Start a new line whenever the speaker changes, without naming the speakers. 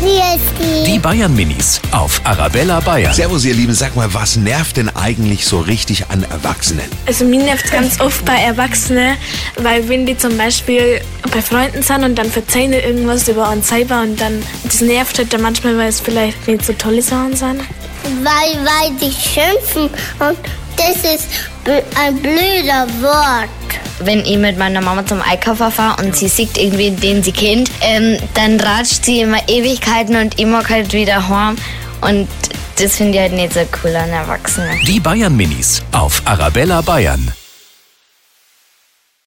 Christi.
Die Bayern Minis auf Arabella Bayern.
Servus, ihr Lieben. Sag mal, was nervt denn eigentlich so richtig an Erwachsenen?
Also mir nervt ganz oft bei Erwachsenen, weil wenn die zum Beispiel bei Freunden sind und dann verzeihen die irgendwas über uns selber und dann das nervt halt dann manchmal, weil es vielleicht nicht so tolle Sachen sind.
Weil, weil die schimpfen und das ist bl- ein blöder Wort.
wenn ich mit meiner Mama zum Einkaufen fahre und sie sieht irgendwie den sie kennt, ähm, dann ratscht sie immer Ewigkeiten und ich mag halt wieder heim. Und das finde ich halt nicht so cool an Erwachsenen.
Die Bayern Minis auf Arabella Bayern.